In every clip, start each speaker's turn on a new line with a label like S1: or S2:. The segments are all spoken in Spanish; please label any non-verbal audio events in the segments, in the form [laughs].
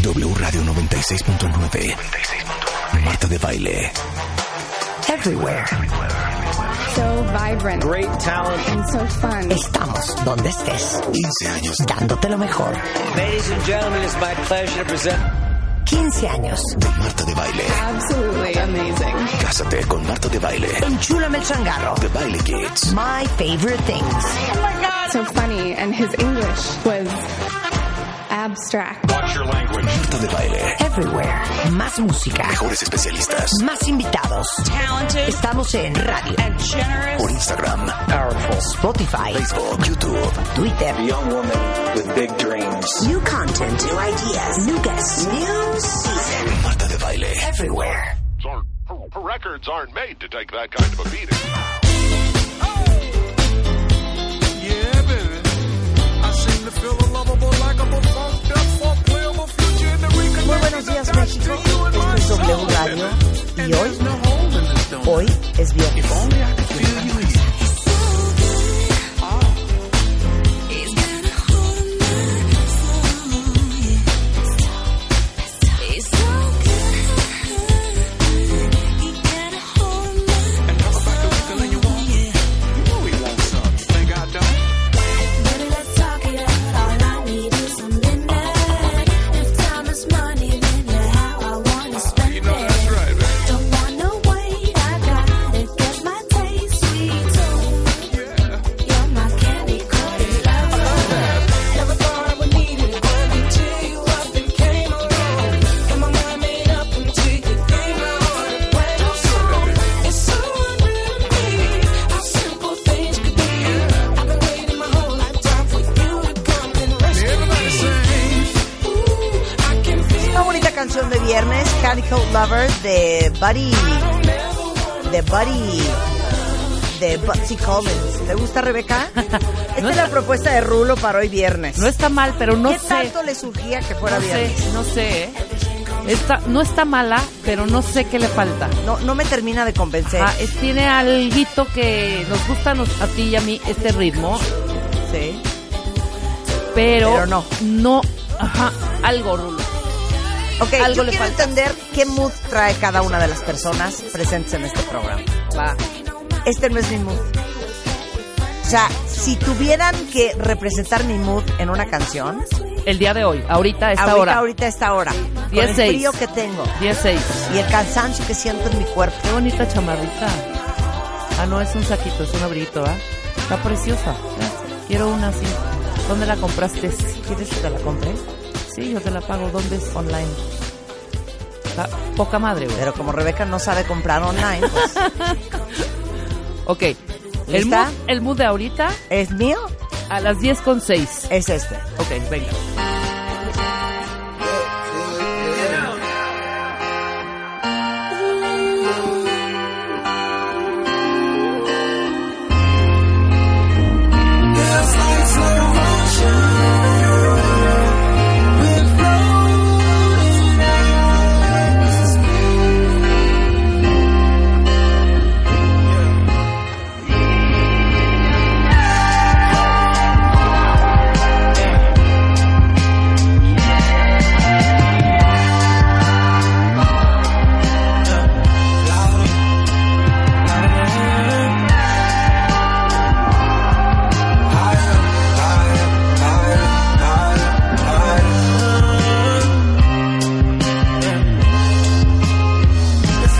S1: W Radio 96.9. Marta de Baile.
S2: Everywhere.
S3: So vibrant.
S4: Great talent.
S3: And so fun.
S2: Estamos donde estés.
S1: 15 años.
S2: Dándote lo mejor.
S4: Ladies and gentlemen, it's my pleasure to present.
S2: 15 años.
S1: De Marta de Baile.
S3: Absolutely amazing.
S1: Cásate con Marta de Baile.
S2: Enchúlame el changarro.
S1: The Baile Kids.
S2: My favorite things.
S3: So funny. And his English was abstract.
S5: Watch your language.
S1: Marta de Baile.
S2: Everywhere. Más música.
S1: Mejores especialistas.
S2: Más invitados.
S6: Talented
S2: Estamos en radio,
S6: and generous.
S1: Por Instagram,
S4: Powerful.
S2: Spotify,
S1: Facebook, YouTube.
S2: Twitter.
S4: Young woman with big dreams.
S2: New content, new ideas, new guests, new season.
S1: Marta de Baile.
S2: Everywhere.
S5: Our, her records aren't made to take that kind of a beating.
S7: Yeah, baby. I seem to feel a lovable, likable, funked up, for playable future in the reconnected
S2: Muy buenos días, México. Esto es W Radio. Y hoy, hoy es viernes.
S8: Don't wanna wait, I gotta get my taste sweet too. You're my candy coated lover. Never thought I would need it, baby, till you up and came along. Got my mind made up until you came on. When I'm strong, it's so unreal to me how simple things could be. I've been waiting my whole lifetime for you to come and rescue me. Ooh, I can feel
S2: Una bonita canción de viernes, Candy Coat Lover de Buddy. De Buddy. De Betsy Collins. ¿Te gusta,
S9: [laughs]
S2: Rebeca? Esta es la propuesta de Rulo para hoy viernes.
S9: No está mal, pero no
S2: ¿Qué
S9: sé.
S2: tanto le surgía que fuera
S9: No sé,
S2: viernes?
S9: no sé. ¿eh? Está, no está mala, pero no sé qué le falta.
S2: No, no me termina de convencer.
S9: Ah, es- tiene algo que nos gusta a nos- a ti y a mí este ritmo,
S2: Sí.
S9: pero,
S2: Pero no.
S9: no, ajá, algo, Rulo.
S2: Ok,
S9: Algo
S2: yo
S9: le
S2: quiero
S9: falta.
S2: entender qué mood trae cada una de las personas presentes en este programa.
S9: Va.
S2: Este no es mi mood. O sea, si tuvieran que representar mi mood en una canción,
S9: El día de hoy, ahorita, a esta
S2: ahorita,
S9: hora.
S2: ahorita, a esta hora, con el
S9: 16.
S2: frío que tengo
S9: 16.
S2: y el cansancio que siento en mi cuerpo,
S9: Qué bonita chamarrita. Ah, no, es un saquito, es un abriguito, ¿ah? Está preciosa. Quiero una así. ¿Dónde la compraste? ¿Quieres que te la compre? Sí, yo te la pago. ¿Dónde es online? Está poca madre, güey.
S2: pero como Rebeca no sabe comprar
S9: [laughs]
S2: online, pues,
S9: Ok. El
S2: ¿Lista?
S9: mood, el mood de ahorita
S2: ¿es mío?
S9: a las 10 con 6.
S2: Es este.
S9: Ok, venga.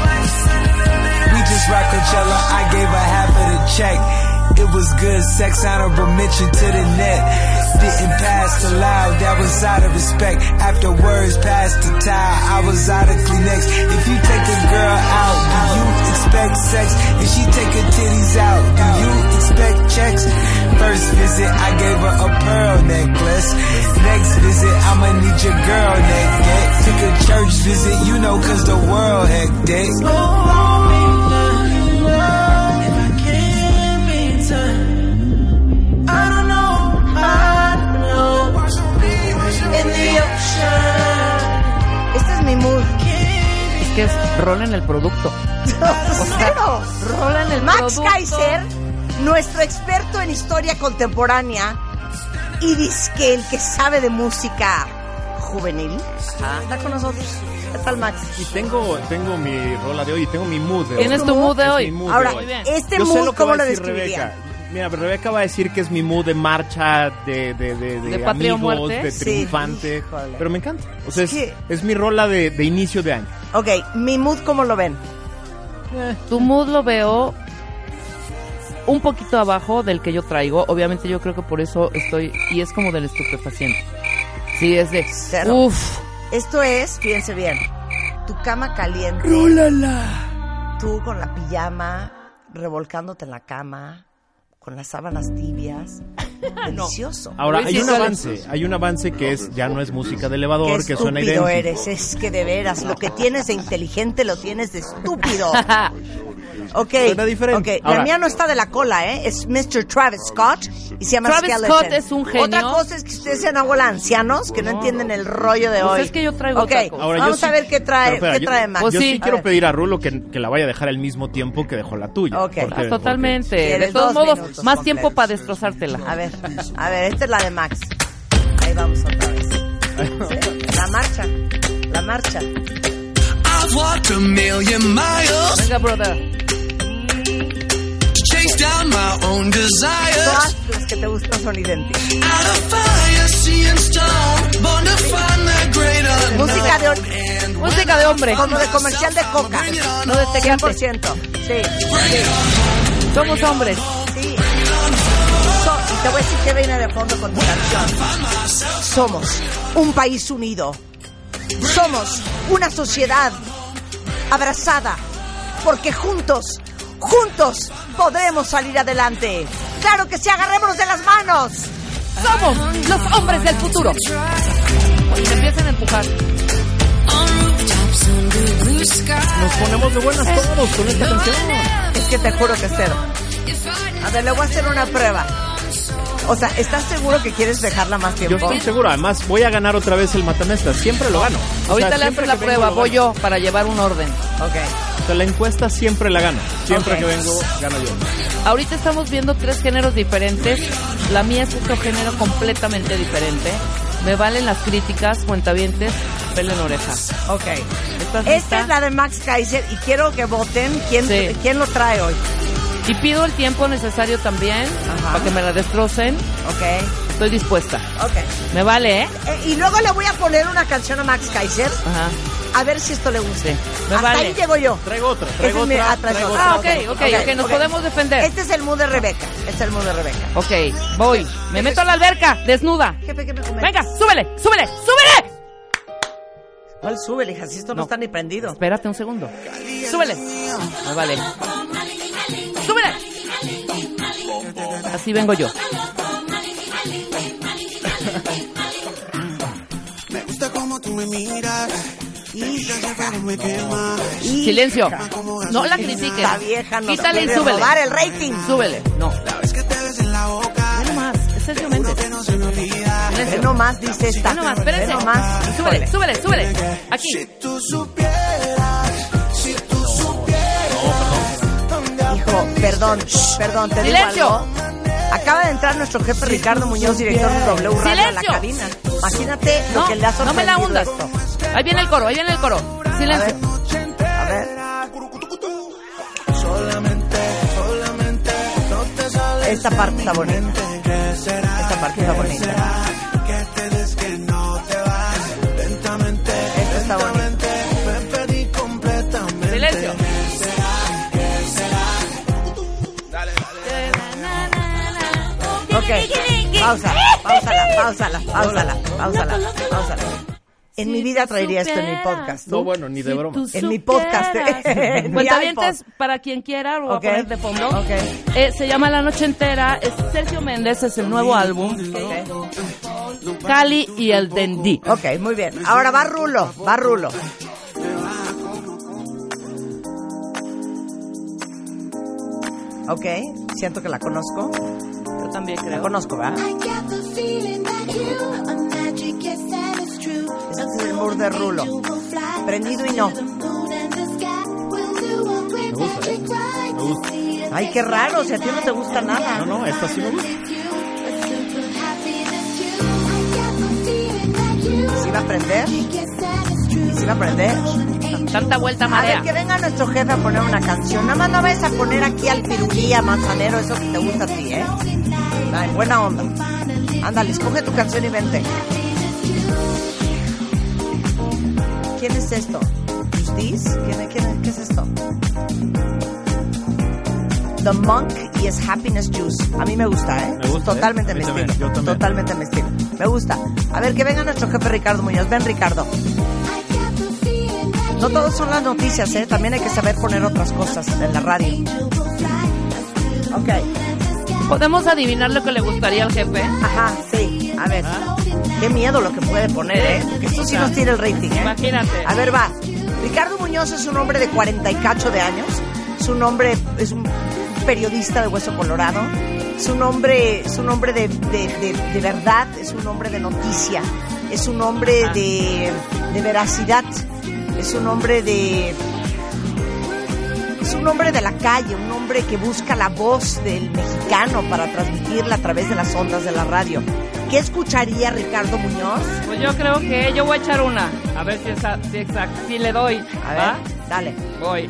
S10: We just rock Coachella, I gave her half of the check. It was good sex, I don't mention to the net. Didn't pass the loud, that was out of respect. After words passed the tie, I was out of Kleenex. If you take a girl out, do you expect sex? If she take her titties out, do you expect checks? First visit, I gave her a pearl necklace. Next visit, I'ma need your girl naked. Took a church visit, you know, cause the world hectic.
S2: Este es mi mood.
S9: Es que es rola en el producto.
S2: Cero.
S9: Rola en el
S2: Max
S9: producto.
S2: Kaiser, nuestro experto en historia contemporánea y dice que el que sabe de música juvenil. ah, Está con nosotros. ¿Qué tal, Max?
S6: Y tengo, tengo mi rola de hoy, tengo mi mood de hoy.
S9: ¿Tienes tu mood de
S6: Es
S9: hoy?
S6: mi mood
S2: Ahora,
S6: de hoy.
S2: este
S6: Yo sé
S2: mood,
S6: lo que
S2: ¿cómo
S6: va
S2: lo
S6: a decir
S2: describirían?
S6: Rebeca. Mira, Rebeca va a decir que es mi mood de marcha, de, de, de, de
S9: ¿De patria o
S6: amigos,
S9: muerte?
S6: de
S2: Sí.
S6: triunfante.
S2: Híjole.
S6: Pero me encanta. O sea,
S2: Es
S6: es,
S2: que-
S6: es mi rola de, de inicio de año.
S2: Ok, mi mood, ¿cómo lo ven? Eh.
S9: Tu mood lo veo un poquito abajo del que yo traigo. Obviamente yo creo que por eso estoy... Y es como del estupefaciente. Sí, es de...
S2: Cero. [laughs]
S9: Uf.
S2: Esto es, fíjense bien, tu cama caliente. Tú con la pijama, revolcándote en la cama, con las sábanas
S9: [laughs]
S2: tibias. Delicioso.
S6: Ahora,
S9: Luis,
S6: hay
S9: sí,
S6: un
S9: sí.
S6: avance. Hay un avance que es ya no es música de
S2: Qué
S6: elevador, que suena
S2: estúpido
S6: idéntico.
S2: eres, es que de veras, lo que tienes de inteligente lo tienes de
S6: [laughs]
S2: estúpido. Ok,
S6: Suena diferente.
S2: ok, la
S6: Ahora.
S2: mía no está de la cola, ¿eh? Es Mr. Travis Scott y se llama
S9: Travis
S2: Skeleton.
S9: Scott es un genio.
S2: Otra cosa es que ustedes sean abuela ancianos que no, entienden el rollo de
S9: Pues
S2: hoy.
S9: es que yo traigo
S2: Ok,
S9: otra cosa.
S6: Ahora, yo
S2: vamos
S6: sí-
S2: a ver qué trae,
S6: Pero espera,
S2: qué
S6: yo-
S2: trae Max.
S9: Pues
S6: yo sí,
S9: sí.
S6: quiero
S2: A ver.
S6: pedir a Rulo que, que la vaya a dejar al mismo tiempo que dejó la tuya.
S2: Ok. Ah,
S9: Ah, totalmente.
S2: Tienes
S9: De todos
S2: dos
S9: modos,
S2: minutos
S9: más
S2: completos.
S9: tiempo para destrozártela.
S2: A ver, a ver, esta es la de Max. Ahí vamos otra
S6: [laughs]
S2: vez. Sí, La marcha, la marcha.
S7: I've walked a million miles
S9: Venga, brother.
S7: to chase down my own desires.
S2: Todas las que te gustan son idénticas.
S7: Out of fire, sea and stone, born to find the great unknown.
S2: Música de or-
S7: And when
S9: Música de hombre.
S2: como de comercial de coca.
S9: No de tecate.
S2: 100%. Sí.
S9: Somos hombres.
S2: Sí. Justo, y te voy a decir que viene de fondo con tu canción. Somos un país unido. Somos una sociedad abrazada. Porque juntos, juntos podremos salir adelante. ¡Claro que sí! ¡Agarrémonos de las manos!
S9: Somos los hombres del futuro. Y te empiezan a empujar.
S6: Nos ponemos de buenas todos con esta canción.
S2: Es que te juro que cero. A ver, le voy a hacer una prueba. O sea, ¿estás seguro que quieres dejarla más
S6: Yo
S2: tiempo?
S6: estoy seguro, además voy a ganar otra vez el matamestas, siempre lo gano. O sea,
S9: Ahorita le
S6: siempre
S9: haces la
S6: que vengo
S9: prueba,
S6: lo
S9: voy
S6: gano.
S9: yo para llevar un orden.
S2: Ok.
S6: O sea, la encuesta siempre la gano, siempre
S2: Ok.
S6: que vengo gano yo.
S9: Ahorita estamos viendo tres géneros diferentes. La mía es otro género completamente diferente. Me valen las críticas, cuentavientes, pelen orejas.
S2: Ok.
S9: ¿Estás
S2: Esta
S9: lista?
S2: es la de Max Kaiser y quiero que voten quién,
S9: Sí.
S2: quién lo trae hoy.
S9: Y pido el tiempo necesario también
S2: Ajá.
S9: para que me la destrocen.
S2: Ok.
S9: Estoy dispuesta.
S2: Ok.
S9: Me vale, ¿eh?
S2: Eh, y luego le voy a poner una canción a Max Kaiser
S9: Ajá.
S2: a ver si esto le gusta.
S9: Sí. Me
S2: Hasta
S9: vale.
S2: ahí llego yo.
S6: Traigo otra,
S2: Ese es
S6: traigo
S2: mi-
S6: otra.
S2: ah, traes
S6: traigo
S2: otra.
S9: Ah, ok, ok, ok, nos podemos defender.
S2: Este es el mood de Rebeca. Este es el mood de Rebeca.
S9: Ok, voy. Me meto a la alberca, desnuda.
S2: Jefe, ¿qué me comentas?
S9: Venga, súbele, súbele, súbele.
S2: ¿Cuál sube, hija? Si esto no,
S9: No.
S2: está ni prendido.
S9: Espérate un segundo. Súbele. Me vale. Súbele. Así vengo yo.
S7: Me gusta como tú me miras. Y me quema.
S9: Silencio. No la critiques.
S2: Esta vieja nos
S9: Quítale y
S2: quiere
S9: súbele.
S2: robar el rating.
S9: Súbele. No.
S7: La vez que te ves en la boca.
S9: Ve nomás. Es Sergio Méndez.
S7: Que no se me olvida.
S2: Ve
S9: Silencio.
S2: nomás, dice esta.
S9: Ve nomás, espérense.
S2: Ve nomás.
S9: Súbele, súbele, súbele. Aquí.
S7: Tú supieras. Si tú
S2: Hijo, perdón, perdón, te
S9: Silencio.
S2: digo algo. Acaba de entrar nuestro jefe Ricardo Muñoz, director de W Radio a la
S9: Silencio.
S2: cabina. Imagínate lo
S9: No,
S2: que le ha
S9: no me la
S2: sorprendido
S9: hundas.
S2: esto.
S9: Ahí viene el coro, ahí viene el coro.
S2: A ver,
S9: Silencio.
S2: a ver. Esta parte está bonita. Esta parte está bonita. Esta está bonita.
S9: Silencio.
S8: [laughs]
S2: Ok, pausala, pausala, pausala, pausala, pausala, pausala. En mi vida traería esto en mi podcast.
S6: No, bueno, ni de broma.
S2: En mi podcast, ¿eh? [laughs] en mi
S9: Cuentavientes,
S2: iPod.
S9: para quien quiera, lo voy
S2: Ok.
S9: a poner de fondo.
S2: Ok.
S9: Eh, se llama La Noche Entera. Es Sergio Méndez, es el nuevo álbum.
S2: Ok.
S9: Cali y el Dendí.
S2: Ok, muy bien. Ahora va Rulo, va Rulo. Ok, siento que la conozco.
S9: Yo también
S2: La
S9: creo.
S2: conozco, ¿verdad?
S8: Este es el mur de Rulo.
S2: Prendido y no.
S8: Me
S6: gusta, ¿eh? Me gusta.
S2: Ay, qué raro, si a ti no te gusta nada.
S6: No, no, esta sí me gusta.
S2: Si va aprender? ¿Y si va a aprender?
S9: Tanta vuelta
S2: A ver,
S9: marea.
S2: que venga nuestro jefe a poner una canción. Nada más no vayas a poner aquí al pirulí, a manzanero, eso que te gusta a ti, ¿eh? Ay, buena onda. Ándale, escoge tu canción y vente. ¿Quién es esto? ¿Justice? ¿Quién, quién, ¿Qué es esto? The Monk y es Happiness Juice. A mí me gusta, ¿eh?
S6: Me gusta, ¿eh?
S2: Totalmente
S6: A mí
S2: mi
S6: también,
S2: estilo.
S6: yo también.
S2: Totalmente mi estilo. Me gusta. A ver, que venga nuestro jefe Ricardo Muñoz. Ven, Ricardo. No todos son las noticias, ¿eh? También hay que saber poner otras cosas en la radio. Ok.
S9: ¿Podemos adivinar lo que le gustaría al jefe?
S2: Ajá, sí. A ver. Qué miedo lo que puede poner, ¿eh? Porque esto sí nos tiene el rating, ¿eh?
S9: Imagínate.
S2: A ver, va. Ricardo Muñoz es un hombre de 40 y cacho de años. Su nombre es un periodista de Hueso Colorado. Su nombre es un hombre de, de- de- de verdad, es un hombre de noticia, es un hombre de, de veracidad, es un hombre de... Es un hombre de la calle, un hombre que busca la voz del mexicano para transmitirla a través de las ondas de la radio. ¿Qué escucharía Ricardo Muñoz?
S9: Pues yo creo que yo voy a echar una. A ver si, esa, si, exact- si le doy.
S2: A ver,
S9: ¿va?
S2: dale.
S9: Voy.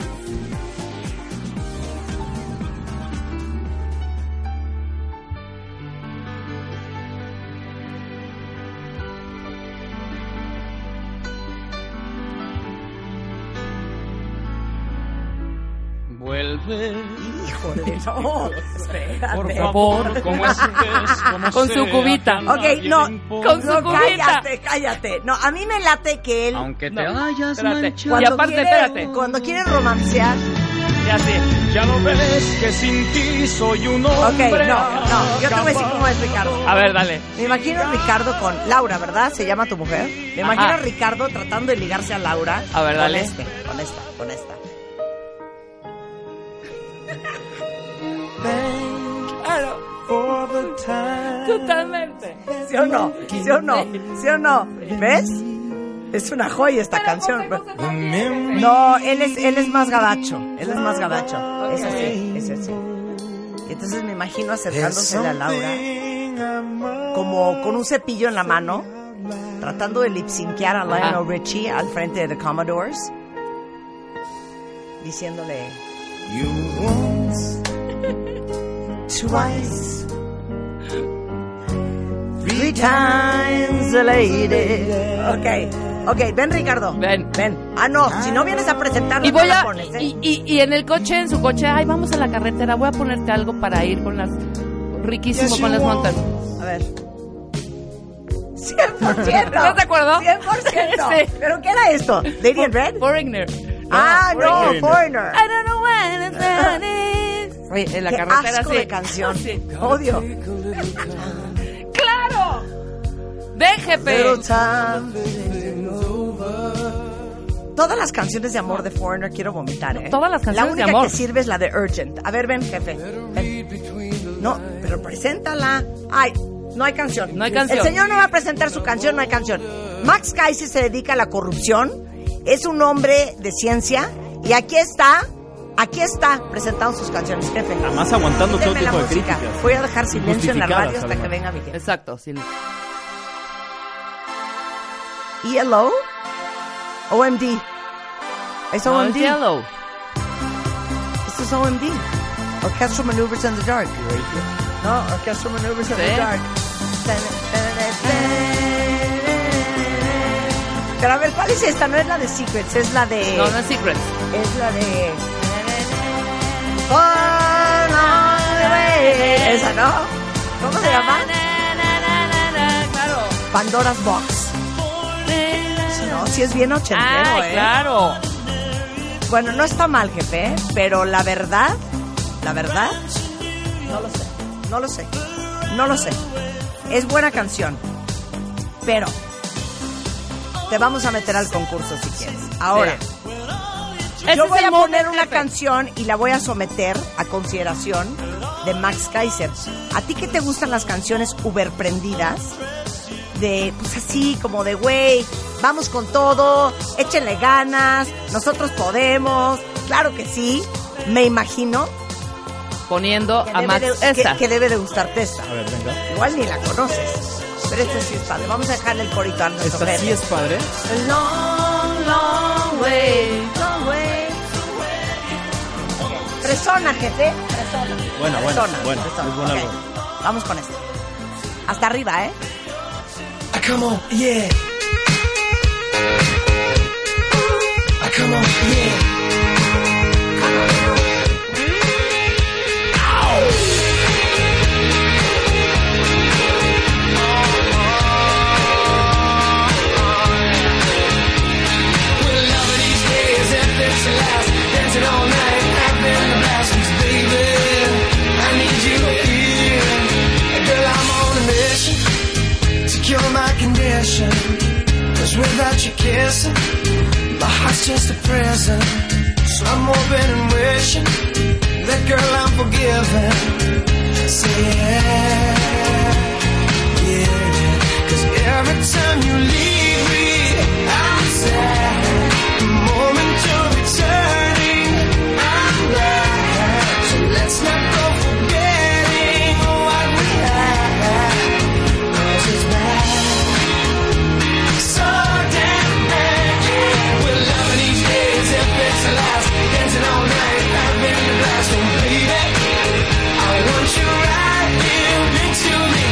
S9: Vuelve, [laughs]
S2: Híjole, no. espérate.
S9: por favor,
S7: Como es
S9: [laughs]
S7: como
S9: con su
S7: sea,
S9: cubita.
S2: Ok, no.
S9: Con su
S2: No,
S9: cubita.
S2: cállate, cállate. No, a mí me late que él.
S7: Aunque
S9: No,
S7: te vayas
S9: espérate.
S7: manchado.
S9: Y
S2: cuando
S9: aparte,
S2: quiere-
S9: espérate.
S2: Cuando quiere romancear.
S9: Ya sé.
S7: Ya lo ves que sin ti soy un
S2: Ok,
S7: hombre.
S2: no, no. Yo te voy a decir cómo es Ricardo.
S9: A ver, dale.
S2: Me imagino a Ricardo con Laura, ¿verdad? Se llama tu mujer. Me imagino
S9: Ajá.
S2: a Ricardo tratando de ligarse a Laura.
S9: A ver, dale.
S2: Con este, con esta, con esta.
S9: Totalmente.
S2: ¿Sí o no? ¿Sí o no? ¿Sí o no? ¿Ves? Es una joya esta canción. No, él es, él es más gabacho. Él es más gabacho. Es así, es así. Y entonces me imagino acercándose a Laura, como con un cepillo en la mano, tratando de lipsinquear
S9: Ah.
S2: a Lionel Richie al frente de The Commodores, diciéndole. [laughs] twice, three times a lady. Ok, ok, ven Ricardo.
S9: Ven.
S2: Ven. Ah, no, si no vienes a presentarlo,
S9: Y
S2: no
S9: voy
S2: la
S9: a
S2: pones, ¿eh?
S9: y, y, y en el coche, en su coche, ay, vamos a la carretera, voy a ponerte algo para ir con las riquísimo con las montañas.
S2: A ver. 100%.
S9: ¿Estás de acuerdo?
S2: 100%.
S9: [laughs] Sí.
S2: ¿Pero qué era esto? ¿Lady in Red?
S9: Foreigner.
S2: ah, no,
S6: Foreigner.
S2: Foreigner.
S9: I don't know when it's when it's- Oye, en la
S2: Qué
S9: carretera
S2: asco
S9: sí.
S2: de canción.
S9: Sí.
S2: Odio.
S9: ¡Claro! Ven,
S2: Little
S9: jefe.
S2: time. Todas las canciones de amor de Foreigner quiero vomitar, ¿eh?
S9: Todas las canciones
S2: La única
S9: de amor.
S2: que sirve es la de Urgent. A ver, ven, jefe. Ven. No, pero preséntala. Ay, no hay canción.
S9: No hay canción.
S2: El señor no va a presentar su canción, no hay canción. Max Kaiser se dedica a la corrupción. Es un hombre de ciencia. Y aquí está, aquí está, presentando sus canciones, jefe.
S6: Además, aguantando todo
S2: Quíteme la
S6: tipo de
S2: música.
S6: críticas.
S2: Voy a dejar silencio en la
S6: Justificadas,
S2: radio hasta que
S6: además.
S2: venga mi jefe.
S9: Exacto, sí.
S2: ELO? OMD. Es
S9: No, es
S2: OMD.
S9: yellow.
S2: Esto es OMD. Orchestral Maneuvers in the Dark. No, Orchestral Maneuvers in the
S9: Sí.
S2: Dark. Pero a ver, ¿cuál es esta? No es la de Secrets, es la de...
S9: No, no es secret.
S2: Es la de... Far Long Way. Esa, ¿no? ¿Cómo se llama?
S9: Claro.
S2: Pandora's Box. No, sí es bien ochentero,
S9: Ah,
S2: ¿eh?
S9: claro.
S2: Bueno, no está mal, jefe, ¿eh? pero la verdad, la verdad, no lo sé, no lo sé, no lo sé. Es buena canción, pero te vamos a meter al concurso si quieres. Ahora,
S9: Ese
S2: yo
S9: es
S2: voy
S9: el
S2: a
S9: mood
S2: poner
S9: del
S2: una
S9: jefe.
S2: canción y la voy a someter a consideración de Max Kaiser. ¿A ti que te gustan las canciones uberprendidas? De, pues así, como de, güey, vamos con todo, échenle ganas, nosotros podemos, claro que sí. Me imagino
S9: Poniendo
S2: que,
S9: a
S2: debe
S9: Max
S2: de, que-
S9: esta.
S2: que debe de gustarte esta.
S6: A ver, venga.
S2: Igual ni la conoces. Pero este sí es padre. Vamos a dejarle el corito a nuestro
S6: Esta sí
S2: jefe.
S6: es padre.
S2: A long, long way, long way. Persona, jefe. Persona.
S6: Bueno, Ah, bueno,
S2: Persona,
S6: bueno,
S2: persona.
S6: es buena
S2: Ok. Vamos con esto. Hasta arriba, ¿eh?
S10: I come on, yeah. I come on, yeah. We're loving these days and dancing last, dancing all night, having a blast. 'Cause baby, I need you here, girl. I'm on a mission to cure my condition. 'Cause without your kissing, my heart's just a prison. So I'm hoping and wishing that girl I'm forgiven. Say yeah. Yeah, Cause every time you leave me, I'm sad. The moment you're returning, I'm glad. So let's not go forgetting what we had. Cause it's bad. So damn bad. We're loving these days if it's the last. Dancing all night, having a blast. Oh, baby. I want you right here next to me.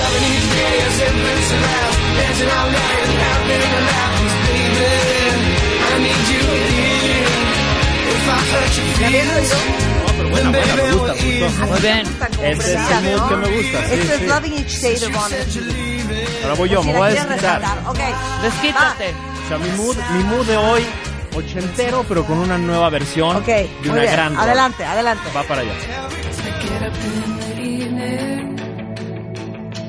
S10: Loving these days and boots and laughs. Dancing all night and having a laugh. 'Cause baby, I need you here. If I hurt your feelings,
S6: Buena, buena, me gusta, me gustó.
S9: Muy bien.
S6: Este es el mood que me gusta. Sí,
S2: Esto es
S6: sí.
S2: Loving Each Day de Bono.
S6: Ahora voy yo,
S2: Si
S6: me
S2: la
S6: voy a
S2: quieres
S6: desquitar.
S2: rescatar, Ok.
S9: Desquítate.
S6: O sea, mi mood, mi mood de hoy, ochentero, pero con una nueva versión
S2: Va, Ok,
S6: de
S2: muy
S6: una
S2: bien.
S6: gran rola.
S2: Adelante, adelante.
S6: Va para allá.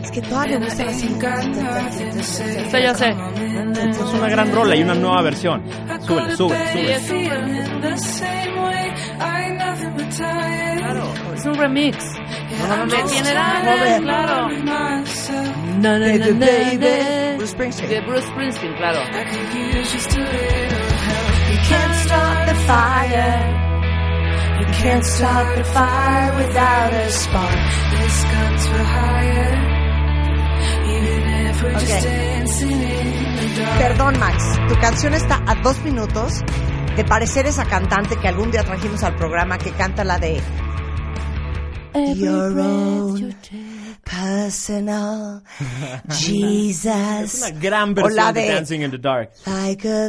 S2: Es que todavía me gustan así.
S9: Esto yo sé.
S6: Esta es una gran rola y una nueva versión. Sube, sube, sube.
S9: Claro. Es un remix. No me tiene
S2: Joder.
S9: claro. No, no, no, no, no.
S2: Bruce Springsteen.
S9: De Bruce Springsteen, claro.
S2: You can't start the fire. You can't start the fire without a spark. Perdón, Max. Tu canción está a dos minutos de parecer esa cantante que algún día trajimos al programa que canta la de Your own
S6: [laughs]
S2: personal
S6: Es
S2: Jesus.
S6: una gran
S2: O la
S6: versión de
S2: de
S6: Dancing in the Dark.
S2: Like a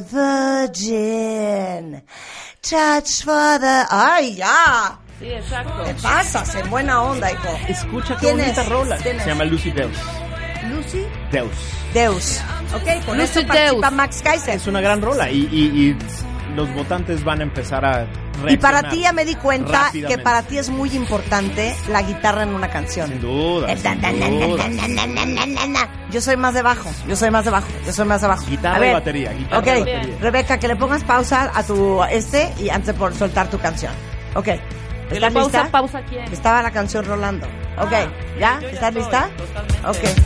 S2: virgin, touch for the... ¡Ay, ya!
S9: Sí, exacto.
S2: Te pasas en buena onda, hijo.
S6: Escucha qué
S2: ¿Quién es?
S6: bonita rola.
S2: ¿Quién es?
S6: Se llama Lucy Deus.
S2: Lucy
S6: Deus.
S2: Deus. Ok, con
S9: Lucy
S2: esto participa
S9: Deus.
S2: Max Kaiser.
S6: Es una gran rola y, y- y los votantes van a empezar a
S2: Y para
S6: reaccionar
S2: ti ya me di cuenta que
S6: rápidamente.
S2: para ti es muy importante la guitarra en una canción.
S6: Sin duda,
S2: Eh, tan, tan,
S6: sin
S2: tan,
S6: duda.
S2: tan, tan, tan, tan, tan, tan, tan. Yo soy más de bajo, yo soy más de bajo, yo soy más de bajo.
S6: Guitarra
S2: A ver.
S6: y batería, guitarra
S2: ok,
S6: y batería.
S2: Rebeca, que le pongas pausa a tu este y antes de por soltar tu canción. Ok.
S9: Que
S2: ¿Estás
S9: la pausa,
S2: lista?
S9: pausa quién.
S2: Estaba la canción rolando. Ok, ¿ya?
S9: Ah, yo ya
S2: ¿Estás
S9: estoy,
S2: lista?
S9: totalmente.
S2: Ok.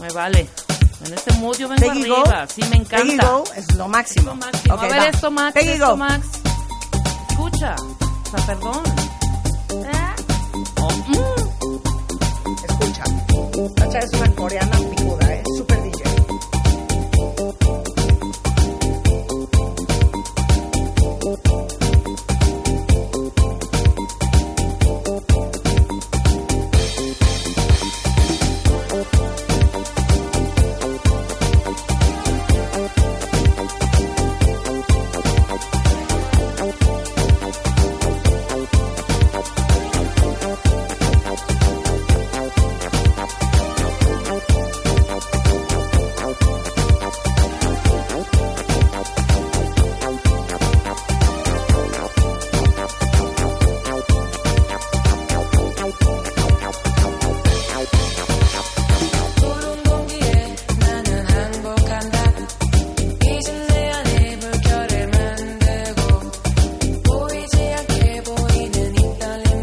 S9: Me vale. En este mood yo vengo
S2: Peggy Go.
S9: arriba. Sí, me encanta.
S2: Peggy Go es lo máximo.
S9: Lo máximo.
S2: Ok,
S9: a ver
S2: va.
S9: esto, Max.
S2: Peggy
S9: esto,
S2: Go.
S9: Max. Escucha. O sea, perdón. Ah. Oh, mm.
S2: Escucha. Cacha es una coreana picuda, ¿eh? Super DJ.
S8: Thank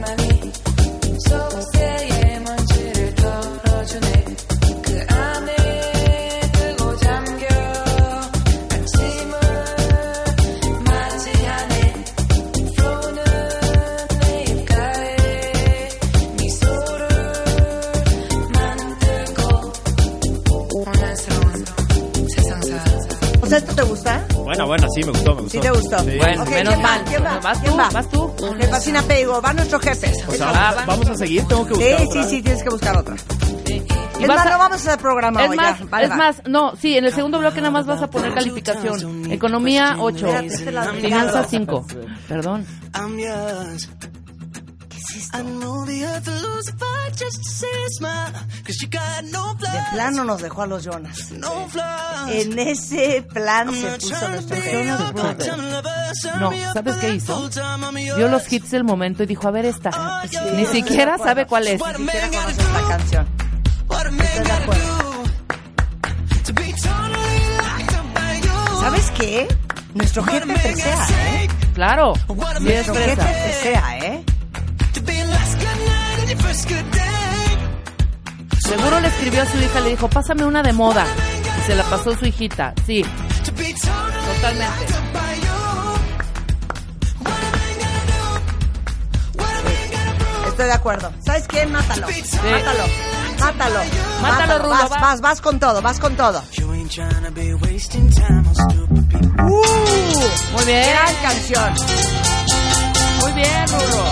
S8: 그
S2: Entonces, ¿esto te gusta?
S6: Bueno, bueno, sí, me gustó, me gustó.
S2: Sí, te gustó.
S9: Bueno,
S2: Ok,
S9: menos
S2: ¿quién va?
S9: mal.
S2: ¿Quién va?
S9: Vas tú,
S2: ¿Quién va?
S9: vas tú.
S2: Jefa sin apego, van nuestros jefes.
S6: O sea, vamos, vamos a seguir, tengo que
S2: pues Sí,
S6: buscar. otra.
S2: sí, sí, tienes que buscar otra.
S9: Y
S2: Es
S9: vas
S2: más,
S9: a-
S2: no vamos a hacer programa
S9: Es
S2: hoy,
S9: más,
S2: ya. Vale,
S9: es
S2: va.
S9: más, no, sí, en el segundo bloque nada más vas a poner calificación. Economía 8,
S2: Espérate, esta es la de
S9: finanzas
S2: Ricardo.
S9: 5. Perdón.
S8: I'm yours. I know the earth will lose if I just say a smile. Cause you got no
S2: De
S8: blood,
S2: plano nos dejó a los Jonas.
S8: no flaws.
S2: En ese plan se puso
S8: Turn
S2: nuestro
S8: me
S2: jefe.
S8: up,
S9: brother.
S8: time lover, turn
S9: No,
S8: me up,
S9: ¿sabes qué hizo?
S8: full-time, I'm
S9: Dio
S8: yours.
S9: los hits del momento y dijo, a ver esta. Ni siquiera sabe cuál es.
S8: What a
S2: Quisiera
S8: man gotta
S2: conocer esta canción.
S8: What a man
S2: Estoy de
S8: gotta
S2: acuerdo.
S8: do to be totally locked up by you.
S2: ¿Sabes qué? Nuestro
S8: What a
S2: jefe
S8: man gotta
S2: presea, ¿eh?
S8: take
S9: Claro.
S8: Sí,
S9: Sí,
S8: es
S2: Nuestro jefe
S9: fresa.
S2: presea, ¿eh?
S8: to be last good night and your first good day.
S9: Seguro le escribió a su hija, le dijo, pásame una de moda. Y se la pasó su hijita. Sí,
S8: To be totally
S9: totalmente.
S8: locked up by you. What a man gotta do. What a man gotta prove.
S2: Estoy de acuerdo. ¿Sabes qué? Mátalo. Mátalo. Mátalo.
S9: Mátalo, Rulo,
S2: Vas,
S9: va.
S2: vas, vas con todo, vas con todo.
S8: You ain't trying to be wasting time on stupid people.
S2: ¡Uh!
S9: Muy bien,
S2: Gran canción.
S9: muy bien, Rulo.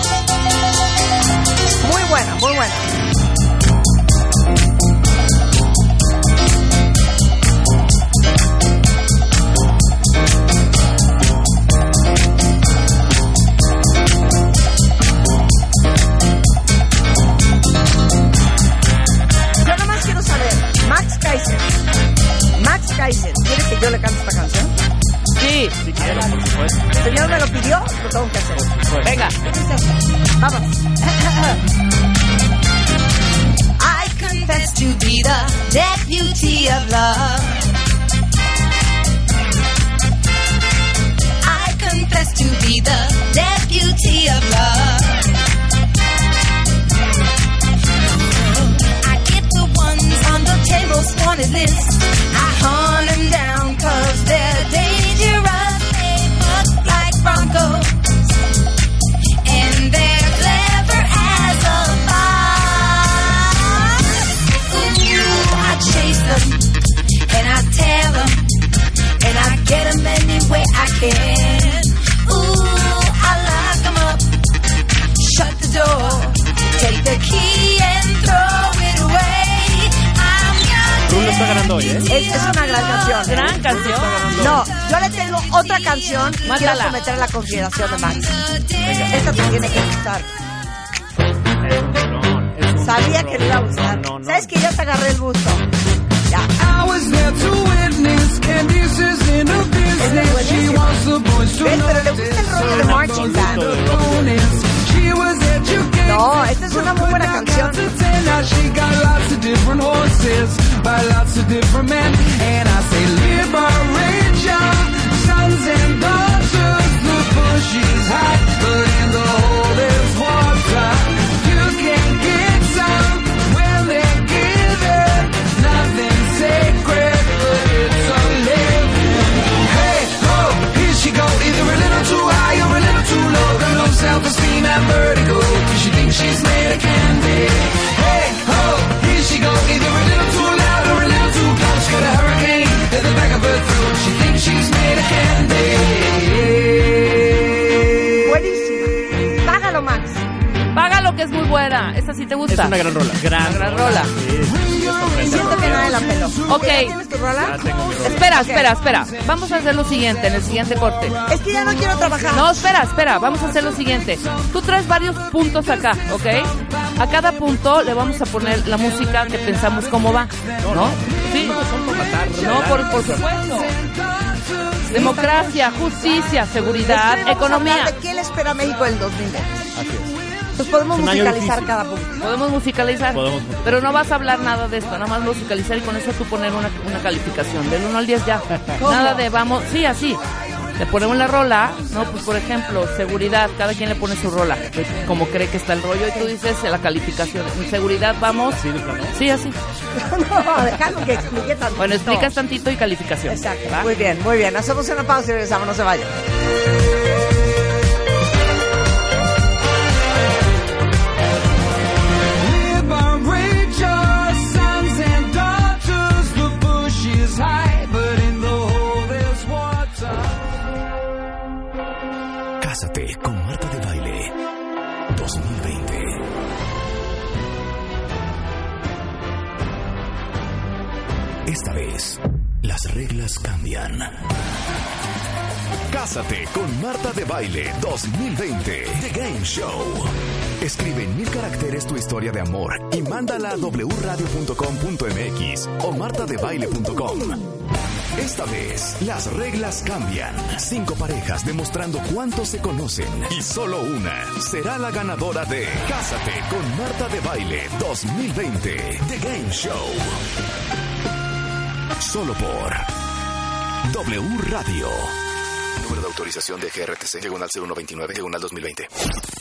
S2: Muy buena, muy buena. Yo nomás quiero saber, Max Kaiser. Max Kaiser, ¿quiere que yo le cante esta canción?
S9: Sí,
S6: Sí, quiero, por supuesto.
S2: El señor me lo pidió, lo tengo que hacer.
S9: venga.
S2: Vámonos.
S8: I confess to be the deputy of love. I confess to be the deputy of love. I get the ones on the table sworn as list. I hunt them down cause they're dangerous. They look like Broncos. And they're clever as a fox. Ooh, I chase them and I tear them and I get them any way I can. Ooh, I lock them up, shut the door, take the key and throw it away. I'm your
S6: Rulo está ganando hoy, ¿eh?
S2: Es, es una gran canción. ¿eh?
S9: Gran canción.
S2: No, yo le tengo otra canción y
S9: Mátala.
S2: quiero someter a la consideración de Max.
S8: deputy.
S2: Esta te tiene que gustar. Sabía que le iba a gustar.
S6: No, no, no.
S2: ¿Sabes que Ya te agarré el gusto. Ya.
S10: I was there to witness Candice's inner business. She wants the boys to
S2: ¿Ves? Pero le
S10: notice.
S2: gusta el rollo de Marching Band.
S10: The bonus. She was educated.
S2: No, esta es una muy buena
S10: but
S2: canción.
S10: now got to ten. Now she got lots of different horses by lots of different men. And I say, liberation, sons and daughters. The pushy's hot, but in the hole there's water. You can get some when they give it. Nothing sacred, but it's a living. Hey, ho, here she go. Either a little too high or a little too low. Got no self-esteem and vertigo. 'cause she thinks she's made of candy. Hey, ho, here she go. Either a little too loud or a little too close. Got a hurricane at the back of her throat. She thinks she's made of candy.
S2: Buenísima. Págalo, Max.
S9: Págalo que es muy buena. Esta sí te
S6: Es
S9: gusta.
S6: una gran rola. Gran,
S9: gran rola.
S6: Sí, sí, es sorpresa.
S2: Siento que nadie la peló.
S9: Ok.
S2: ¿Ya ¿Tienes tu rola?
S6: Ya tengo mi rola.
S9: Espera, espera, espera. Vamos a hacer lo siguiente en el siguiente corte.
S2: Es que ya no quiero trabajar.
S9: No, espera, espera. Vamos a hacer lo siguiente. Tú traes varios puntos acá, ¿ok? A cada punto le vamos a poner la música que pensamos cómo va, ¿no? Sí. No, por, por supuesto. Democracia, justicia, seguridad,
S2: Vamos a
S9: economía.
S2: hablar ¿De qué le espera a México el 2020?
S6: Así es.
S2: Pues podemos
S6: Es un año
S2: musicalizar
S6: difícil.
S2: cada punto.
S9: Podemos musicalizar.
S6: Podemos musicalizar.
S9: Pero no vas a hablar nada de esto, nada más musicalizar y con eso tú poner una, una calificación. Del 1 al 10 ya. Nada de vamos. Sí, así. Le ponemos la rola, ¿no? Pues por ejemplo, seguridad, cada quien le pone su rola, como cree que está el rollo, y tú dices eh, la calificación. En seguridad, vamos.
S6: Sí, de plano.
S9: Sí, así.
S2: [laughs] No, déjame que explique tanto.
S9: Bueno, explicas tantito y calificación.
S2: Exacto.
S9: ¿va?
S2: Muy bien, muy bien. Hacemos una pausa y regresamos. No se vayan.
S10: Liberate your sons and daughters. The bush is high, but in the hole there's
S1: Esta vez, las reglas cambian. Cásate con Marta de Baile 2020, The Game Show. Escribe en mil caracteres tu historia de amor y mándala a wradio.com.mx o martadebaile.com. Esta vez, las reglas cambian. Cinco parejas demostrando cuánto se conocen y solo una será la ganadora de Cásate con Marta de Baile 2020, The Game Show. Solo por W Radio. Número de autorización de GRTC, diagonal 0129, diagonal 2020.